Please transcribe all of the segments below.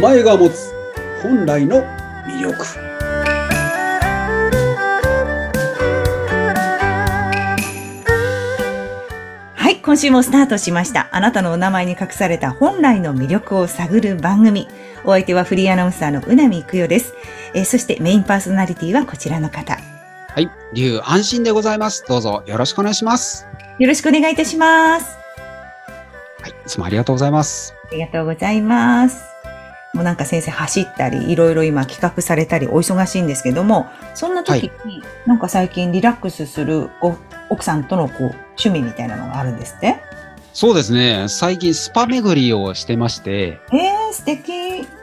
前が持つ本来の魅力はい、今週もスタートしました。あなたのお名前に隠された本来の魅力を探る番組。お相手はフリーアナウンサーのうなみいくよです。えーそしてメインパーソナリティはこちらの方。はい龍安心でございますどうぞよろしくお願いしますよろしくお願いいたします。はいいつもありがとうございますありがとうございます。もうなんか先生走ったり、いろいろ今企画されたり、お忙しいんですけども、そんな時に、なんか最近リラックスするご奥さんとのこう趣味みたいなのがあるんですってそうですね最近スパ巡りをしてましてえー、素敵。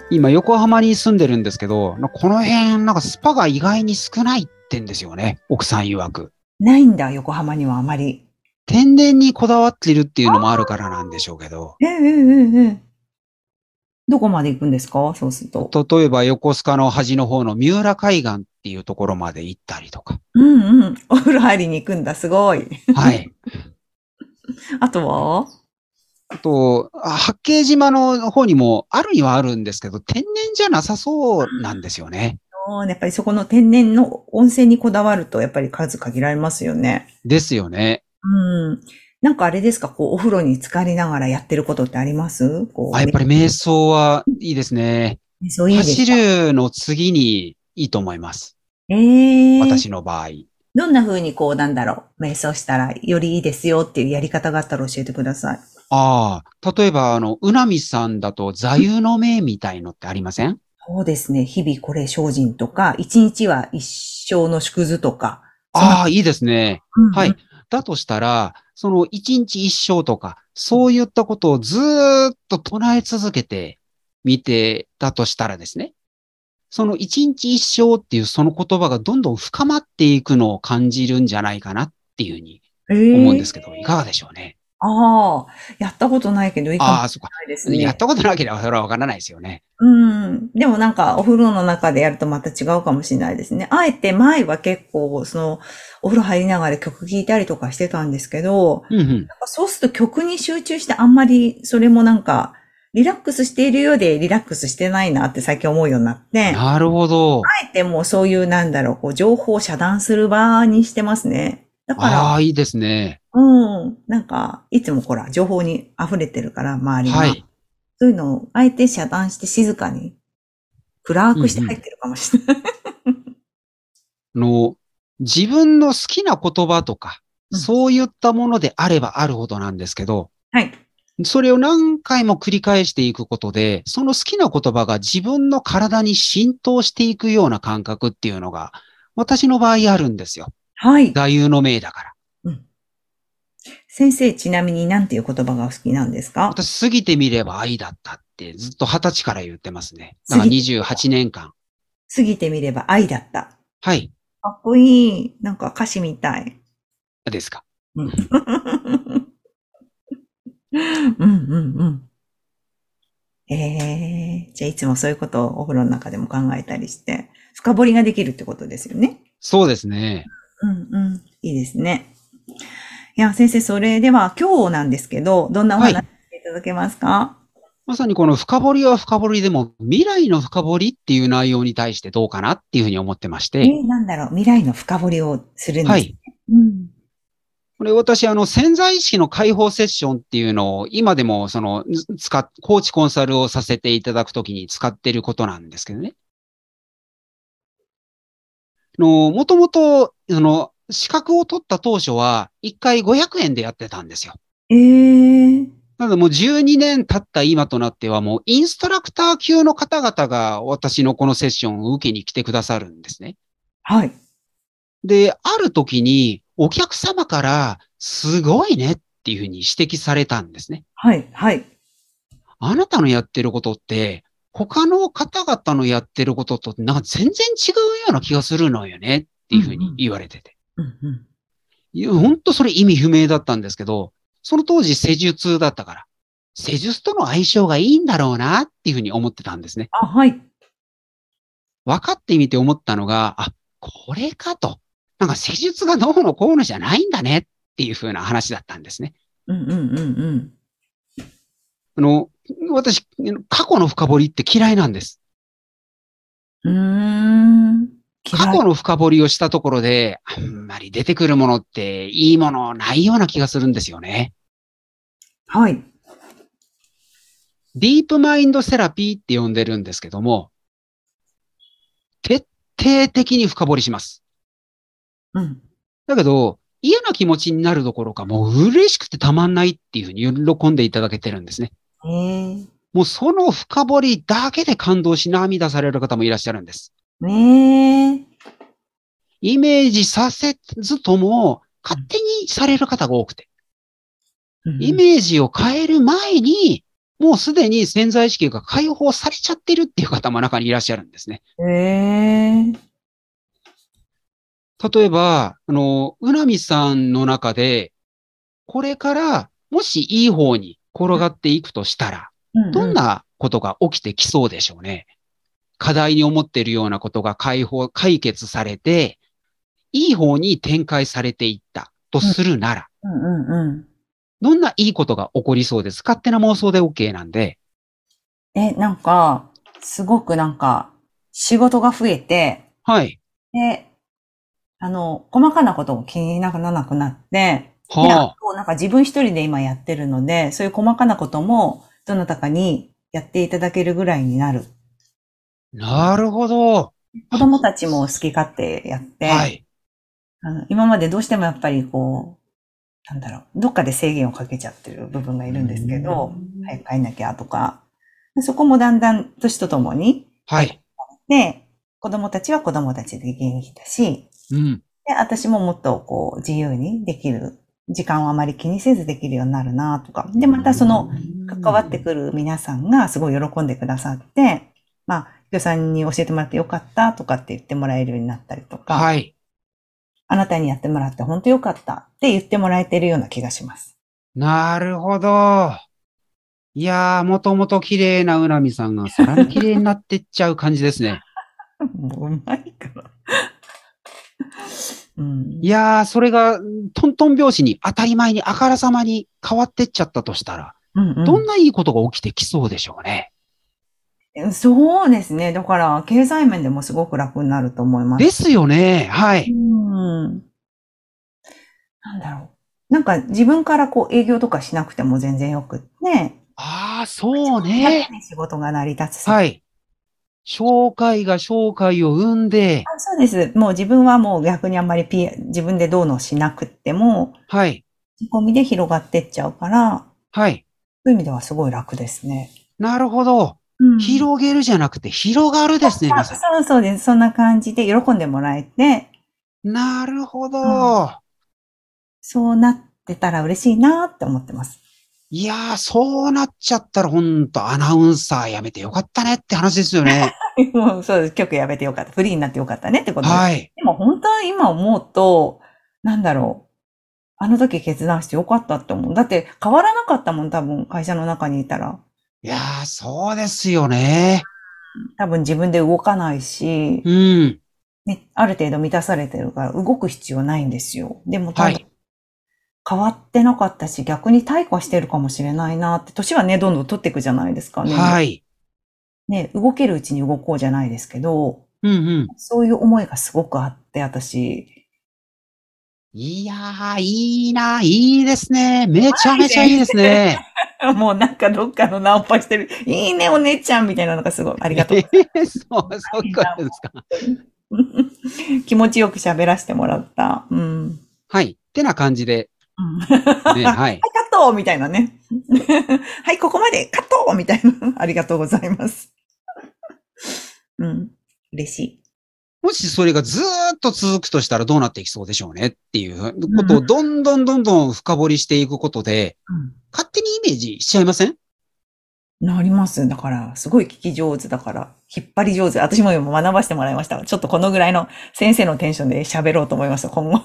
今横浜に住んでるんですけどこの辺なんかスパが意外に少ないってんですよね奥さん曰くないんだ、横浜にはあまり。天然にこだわってるっていうのもあるからなんでしょうけどええええええ。どこまで行くんですかそうすると。例えば横須賀の端の方の三浦海岸っていうところまで行ったりと か。うんうん。お風呂入りに行くんだ。すごい。はい。あとはあと、あ八景島の方にもあるにはあるんですけど、天然じゃなさそうなんですよね。そうねやっぱりそこの天然の温泉にこだわると、やっぱり数限られますよね。ですよね。うん。なんかあれですかこう、お風呂に浸かりながらやってることってありますこう。あやっぱり瞑想はいいですね。り。そういいです走かるの次にいいと思います。ええ私の場合。どんな風にこう、なんだろう。瞑想したらよりいいですよっていうやり方があったら教えてください。ああ、例えば、あの、うなみさんだと座右の銘みたいのってありませんそうですね。日々これ精進とか、一日は一生の縮図とか。ああ、いいですね。はういん。。だとしたら、その一日一生とか、そういったことをずーっと唱え続けてみてだとしたらですね、その一日一生っていうその言葉がどんどん深まっていくのを感じるんじゃないかなっていうふうにええ思うんですけど、いかがでしょうね。ああ、やったことないけどいいかもあしあ、そっか。れないですね。やったことなければそれはわからないですよね。うん。でもなんか、お風呂の中でやるとまた違うかもしれないですね。あえて前は結構、その、お風呂入りながら曲聴いたりとかしてたんですけど、うんうん。やっぱそうすると曲に集中してあんまり、それもなんか、リラックスしているようでリラックスしてないなって最近思うようになって、あなるほど。えてもうそういうなんだろう、こう、情報を遮断する場にしてますね。だあかあ、いいですね。ら、うん。なんか、いつもほら、情報に溢れてるから、周りが。はい。そういうのを、あえて遮断して静かに、暗くして入ってるかもしれない。あの、自分の好きな言葉とか、うんそういったものであればあるほどなんですけど、 はい。それを何回も繰り返していくことで、その好きな言葉が自分の体に浸透していくような感覚っていうのが、私の場合あるんですよ。はい。座右の銘だから。先生、ちなみに何ていう言葉がお好きなんですか私、過ぎてみれば愛だったって、ずっと二十歳から言ってますね。だから過ぎ28年間。過ぎてみれば愛だった。はい。かっこいい。なんか歌詞みたい。ですか。うん うんうんうん。ええじゃあいつもそういうことをお風呂の中でも考えたりして、深掘りができるってことですよね。そうですね。うんうん。いいですね。いや、先生、それでは今日なんですけど、どんなお話はいしていただけますか、まさにこの深掘りは深掘りでも、未来の深掘りっていう内容に対してどうかなっていうふうに思ってましえて。ーなんだろう、未来の深掘りをするんです。はい。うん。これ私、あの、潜在意識の解放セッションっていうのを、今でも、その、ず使っ、コーチコンサルをさせていただくときに使ってることなんですけどね。の、もともと、その、資格を取った当初は、1回500円でやってたんですよ。ええなので、もう12年経った今となっては、もうインストラクター級の方々が私のこのセッションを受けに来てくださるんですね。はい。で、ある時にお客様からすごいねっていうふうに指摘されたんですね。はい。はい。あなたのやってることって、他の方々のやってることとなんか全然違うような気がするのよねっていうふうに言われてて。うんうん。いやほんとそれ意味不明だったんですけど、その当時施術だったから、施術との相性がいいんだろうなっていうふうに思ってたんですね。あ、はい。分かってみて思ったのが、あ、これかと。なんか施術がどうのこうのじゃないんだねっていう風な話だったんですね。うんうんうんうん。あの、私、過去の深掘りって嫌いなんです。うーん。過去の深掘りをしたところで、あんまり出てくるものっていいものないような気がするんですよね。はい。ディープマインドセラピーって呼んでるんですけども、徹底的に深掘りします。うん。だけど、嫌な気持ちになるどころか、もう嬉しくてたまんないっていうふうに喜んでいただけてるんですね。ええもうその深掘りだけで感動し涙される方もいらっしゃるんです。ねえイメージさせずとも、勝手にされる方が多くて、うんイメージを変える前に、もうすでに潜在意識が解放されちゃってるっていう方も中にいらっしゃるんですね。ええ例えば、あの、うなみさんの中で、これからもしいい方に転がっていくとしたら、うどんなことが起きてきそうでしょうね。課題に思っているようなことが解放、解決されて、いい方に展開されていったとするなら、うんうんうん。どんないいことが起こりそうです。勝手な妄想で OK なんで、え、なんか、すごくなんか、仕事が増えて、はい。で、あの、細かなことも気にならなくなって、いやはあ、もうなんか自分一人で今やってるので、そういう細かなことも、どなたかにやっていただけるぐらいになる。なるほど。子供たちも好き勝手やって、はい。あの今までどうしてもやっぱりこう、なんだろう、どっかで制限をかけちゃってる部分がいるんですけど、早く帰んなきゃとか、でそこもだんだん年とともに、はい。で、子供たちは子供たちで元気だし、うん。で、私ももっとこう自由にできる、時間をあまり気にせずできるようになるなとか。で、またその関わってくる皆さんがすごい喜んでくださって、まあ、ひよさんに教えてもらってよかったとかって言ってもらえるようになったりとか、はい。あなたにやってもらって本当よかったって言ってもらえてるような気がします。なるほど。いやー、もともと綺麗なうなみさんがさらに綺麗になってっちゃう感じです ね。 もううまいから。 うんい、やー、それがうんトントン拍子に当たり前にあからさまに変わってっちゃったとしたら、うんうんどんないいことが起きてきそうでしょうね。そうですね。だから、経済面でもすごく楽になると思います。ですよね。はい。うん。なんだろう。なんか自分からこう営業とかしなくても全然よくって、ああ、そうやっねぱ。り仕事が成り立つ。。はいい。紹介が紹介を生んで、あそうです。もう自分はもう逆にあんまり、P、自分でどうのしなくっても、はい。仕込みで広がってっちゃうから、はい。そういう意味ではすごい楽ですね。なるほど。うん広げるじゃなくて、広がるですね、皆あさん。そうそうです。そんな感じで喜んでもらえて、なるほどは。そうなってたら嬉しいなって思ってます。 いやー、そうなっちゃったら、ほんと、アナウンサーやめてよかったねって話ですよ ね。もうそうです。曲やめてよかった。フリーになってよかったねってことです。はい。でも本当は今思うと、なんだろう。あの時決断してよかったって思う。だって変わらなかったもん、多分会社の中にいたら。いやー、そうですよね。多分自分で動かないし、うん。ね、ある程度満たされてるから動く必要ないんですよ。でも多は分い。変わってなかったし、逆に退化してるかもしれないなって、年はね、どんどん取っていくじゃないですかね。はい。ね、動けるうちに動こうじゃないですけど、うんうん。そういう思いがすごくあって、私。いやー、いいな、いいですね。めちゃめちゃいいですね。 もうなんかどっかのナンパしてる。いいね、お姉ちゃんみたいなのがすごい。ありが とう。えー そう、そういうことですか。気持ちよく喋らせてもらった。うん。はい。ってな感じで、ね、はい、はい。カットみたいなね。 はい、ここまでカットみたいな。ありがとうございます。うん。嬉しい。もしそれがずーっと続くとしたらどうなっていきそうでしょうねっていうことをうんどんどんどんどん深掘りしていくことで、勝手にイメージしちゃいませ んなります。だから、すごい聞き上手だから、引っ張り上手。私も今学ばせてもらいました。ちょっとこのぐらいの先生のテンションで喋ろうと思いました、今後。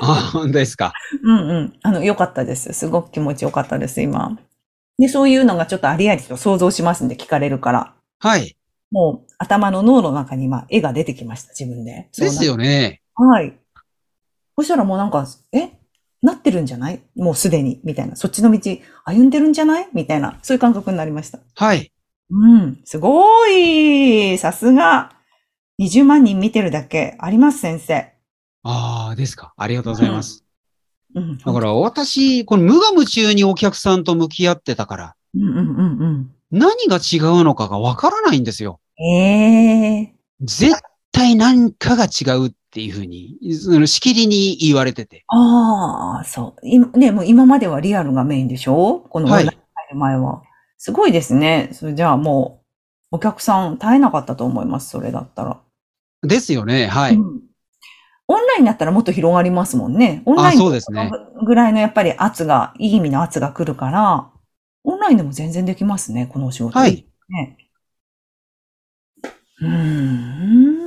ああ、ですか。うんうん。あの、良かったです。すごく気持ちよかったです、今。で、そういうのがちょっとありありと想像しますんで、聞かれるから。はい。もう、頭の脳の中に今、絵が出てきました、自分で。ですよね。そうなん。はい。そしたらもうなんか、えなってるんじゃないもうすでに、みたいな。そっちの道歩んでるんじゃないみたいな、そういう感覚になりました。はい。うん、すごいさすが !20 万人見てるだけあります、先生。ああ、ですか。ありがとうございます。うん。だから私、この無我夢中にお客さんと向き合ってたから、うんうんうん何が違うのかがわからないんですよ。うん。ええ絶対何かが違うっていうふうに、そのしきりに言われてて。ああ、そう。今、ね、もう今まではリアルがメインでしょこのオンはライいンに入る前は。すごいですね。それじゃあもう、お客さん絶えなかったと思います、それだったら。ですよね。はうい。んオンラインだったらもっと広がりますもんね。オンラあインそうですねぐらいのやっぱり圧が、いい意味の圧が来るから、オンラインでも全然できますね、このお仕事。はい。ね。うーん。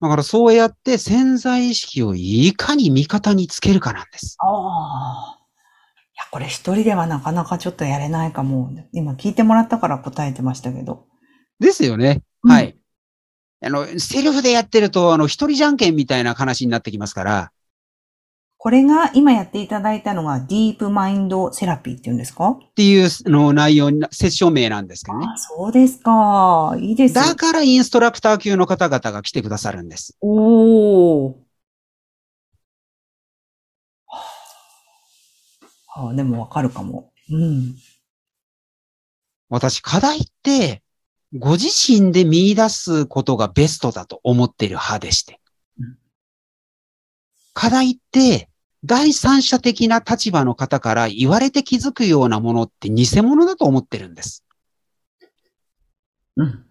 だからそうやって潜在意識をいかに味方につけるかなんです。ああ。いや、これ一人ではなかなかちょっとやれないかも。今聞いてもらったから答えてましたけど。ですよね。はい。あの、セルフでやってると、あの、一人じゃんけんみたいな話になってきますから、これが今やっていただいたのがディープマインドセラピーっていうんですかっていうあの内容にな、セッション名なんですけどね。あ、そうですか。いいですね。だからインストラクター級の方々が来てくださるんです。おお。はあ、でもわかるかも。うん。私、課題って、ご自身で見出すことがベストだと思っている派でしてうん。課題って、第三者的な立場の方から言われて気づくようなものって偽物だと思ってるんです。うん。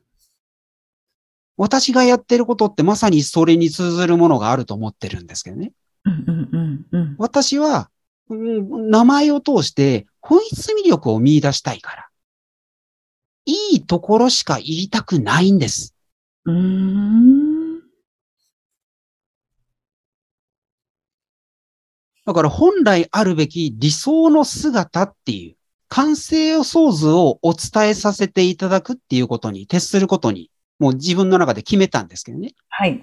私がやってることってまさにそれに通ずるものがあると思ってるんですけどね。うんうんうんうん。私は、うん名前を通して本質魅力を見出したいから。いいところしか言いたくないんです。うーん。だから本来あるべき理想の姿っていう、完成予想図をお伝えさせていただくっていうことに徹することに、もう自分の中で決めたんですけどね。いはい。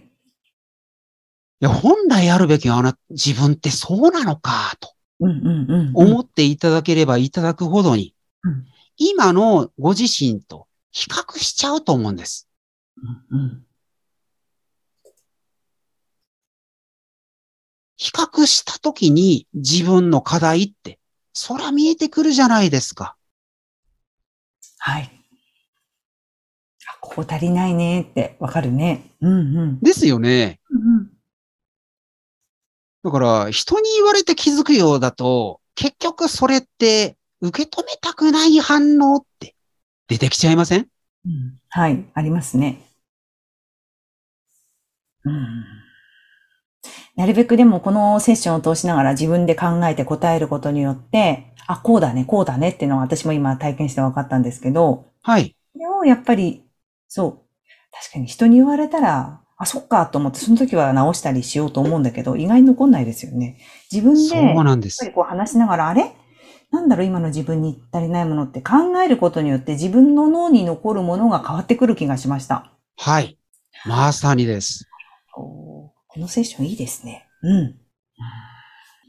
や、本来あるべきあな、自分ってそうなのか、とうんうんうんうん。思っていただければいただくほどにうん、今のご自身と比較しちゃうと思うんです。うん比較した時に自分の課題って、そら見えてくるじゃないですか。はい。あ、ここ足りないねってわかるね。うんうん。ですよね。だから、人に言われて気づくようだと、結局それって受け止めたくない反応って出てきちゃいませんうんはい、ありますね。うんなるべくでもこのセッションを通しながら自分で考えて答えることによって、あ、こうだね、こうだねっていうのは私も今体験して分かったんですけど、はい。それをやっぱり、そう、確かに人に言われたら、あ、そっかと思って、その時は直したりしようと思うんだけど、意外に残んないですよね。自分で、そうなんでやっす。ぱりこう話しながら、あれなんだろう、今の自分に足りないものって考えることによって自分の脳に残るものが変わってくる気がしました。はい。まさにです。おーこのセッションいいですね。うん。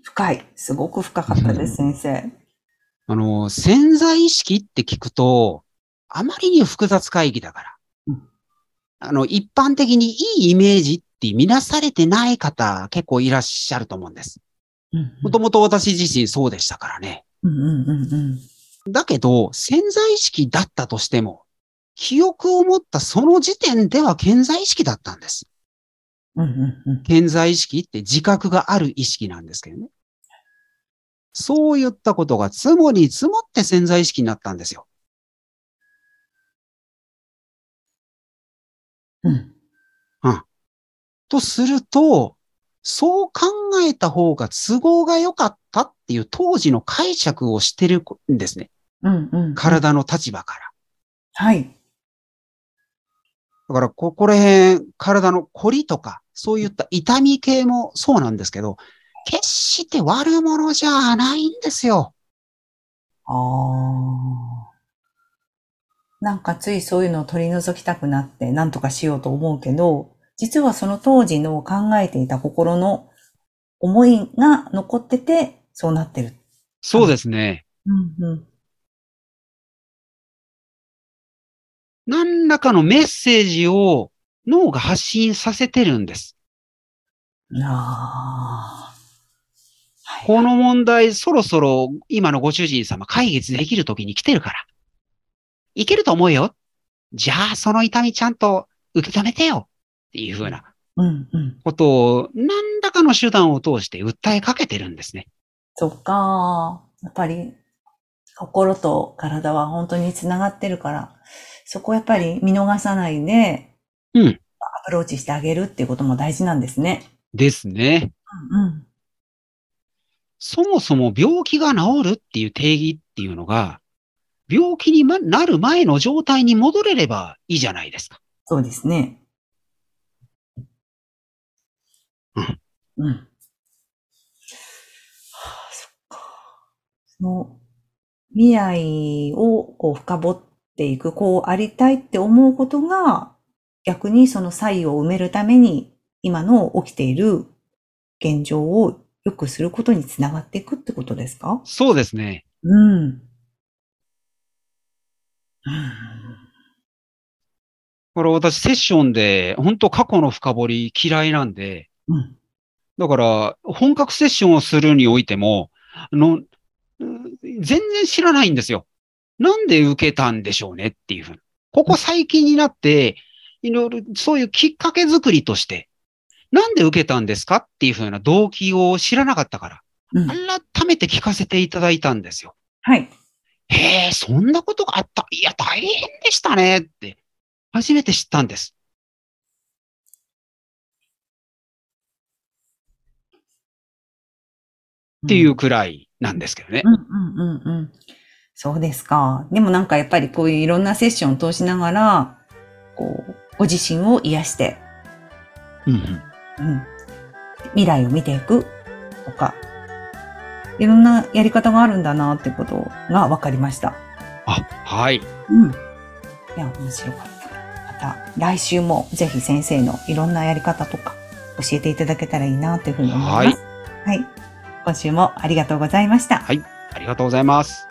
深い。すごく深かったです、先生。あの、潜在意識って聞くと、あまりに複雑会議だからうん。あの、一般的にいいイメージって見なされてない方結構いらっしゃると思うんです。うんもともと私自身そうでしたからね。うんうんうんうん。だけど、潜在意識だったとしても、記憶を持ったその時点では潜在意識だったんです。うんうんうん。潜在意識って自覚がある意識なんですけどね。そういったことが積もり積もって潜在意識になったんですよ。うん。とすると、そう考えた方が都合が良かったっていう当時の解釈をしてるんですね。うんうん。体の立場から。はい。だから、ここら辺、体の凝りとか、そういった痛み系もそうなんですけど、決して悪者じゃないんですよ。ああ。なんかついそういうのを取り除きたくなって何とかしようと思うけど、実はその当時の考えていた心の思いが残ってて、そうなってる。そうですね。うんうん。何らかのメッセージを脳が発信させてるんです。ああ。はいこの問題、そろそろ今のご主人様解決できる時に来てるから。いけると思うよ。じゃあ、その痛みちゃんと受け止めてよ。っていうふうなうんうん。ことを何らかの手段を通して訴えかけてるんですね。そっかー。やっぱり、心と体は本当につながってるから、そこをやっぱり見逃さないで、うんアプローチしてあげるっていうことも大事なんですね。ですね。うん。そもそも病気が治るっていう定義っていうのが、病気にまなる前の状態に戻れればいいじゃないですか。そうですね。うん。うん。はあ、そっか。その、未来をこう深掘っていく、こうありたいって思うことが、逆にその差異を埋めるために、今の起きている現状を良くすることにつながっていくってことですかそうですね。うん。うんこれ私セッションで、本当過去の深掘り嫌いなんで、うん。だから本格セッションをするにおいても、あの、うん全然知らないんですよ。なんで受けたんでしょうねっていうふうに。ここ最近になって、いろいろそういうきっかけ作りとして、なんで受けたんですかっていうふうな動機を知らなかったから、うん。改めて聞かせていただいたんですよ。はい。へえ、そんなことがあった。いや、大変でしたねって、初めて知ったんです。っていうくらいなんですけどね。うんうんうんうん。そうですか。でもなんかやっぱりこういういろんなセッションを通しながら、こう、ご自身を癒して、うんうんうん、未来を見ていくとか、いろんなやり方があるんだなってことが分かりました。あ、はい。うん。いや、面白かった。また来週もぜひ先生のいろんなやり方とか教えていただけたらいいなというふうに思います。はい。今週もありがとうございました。ありがとうございます。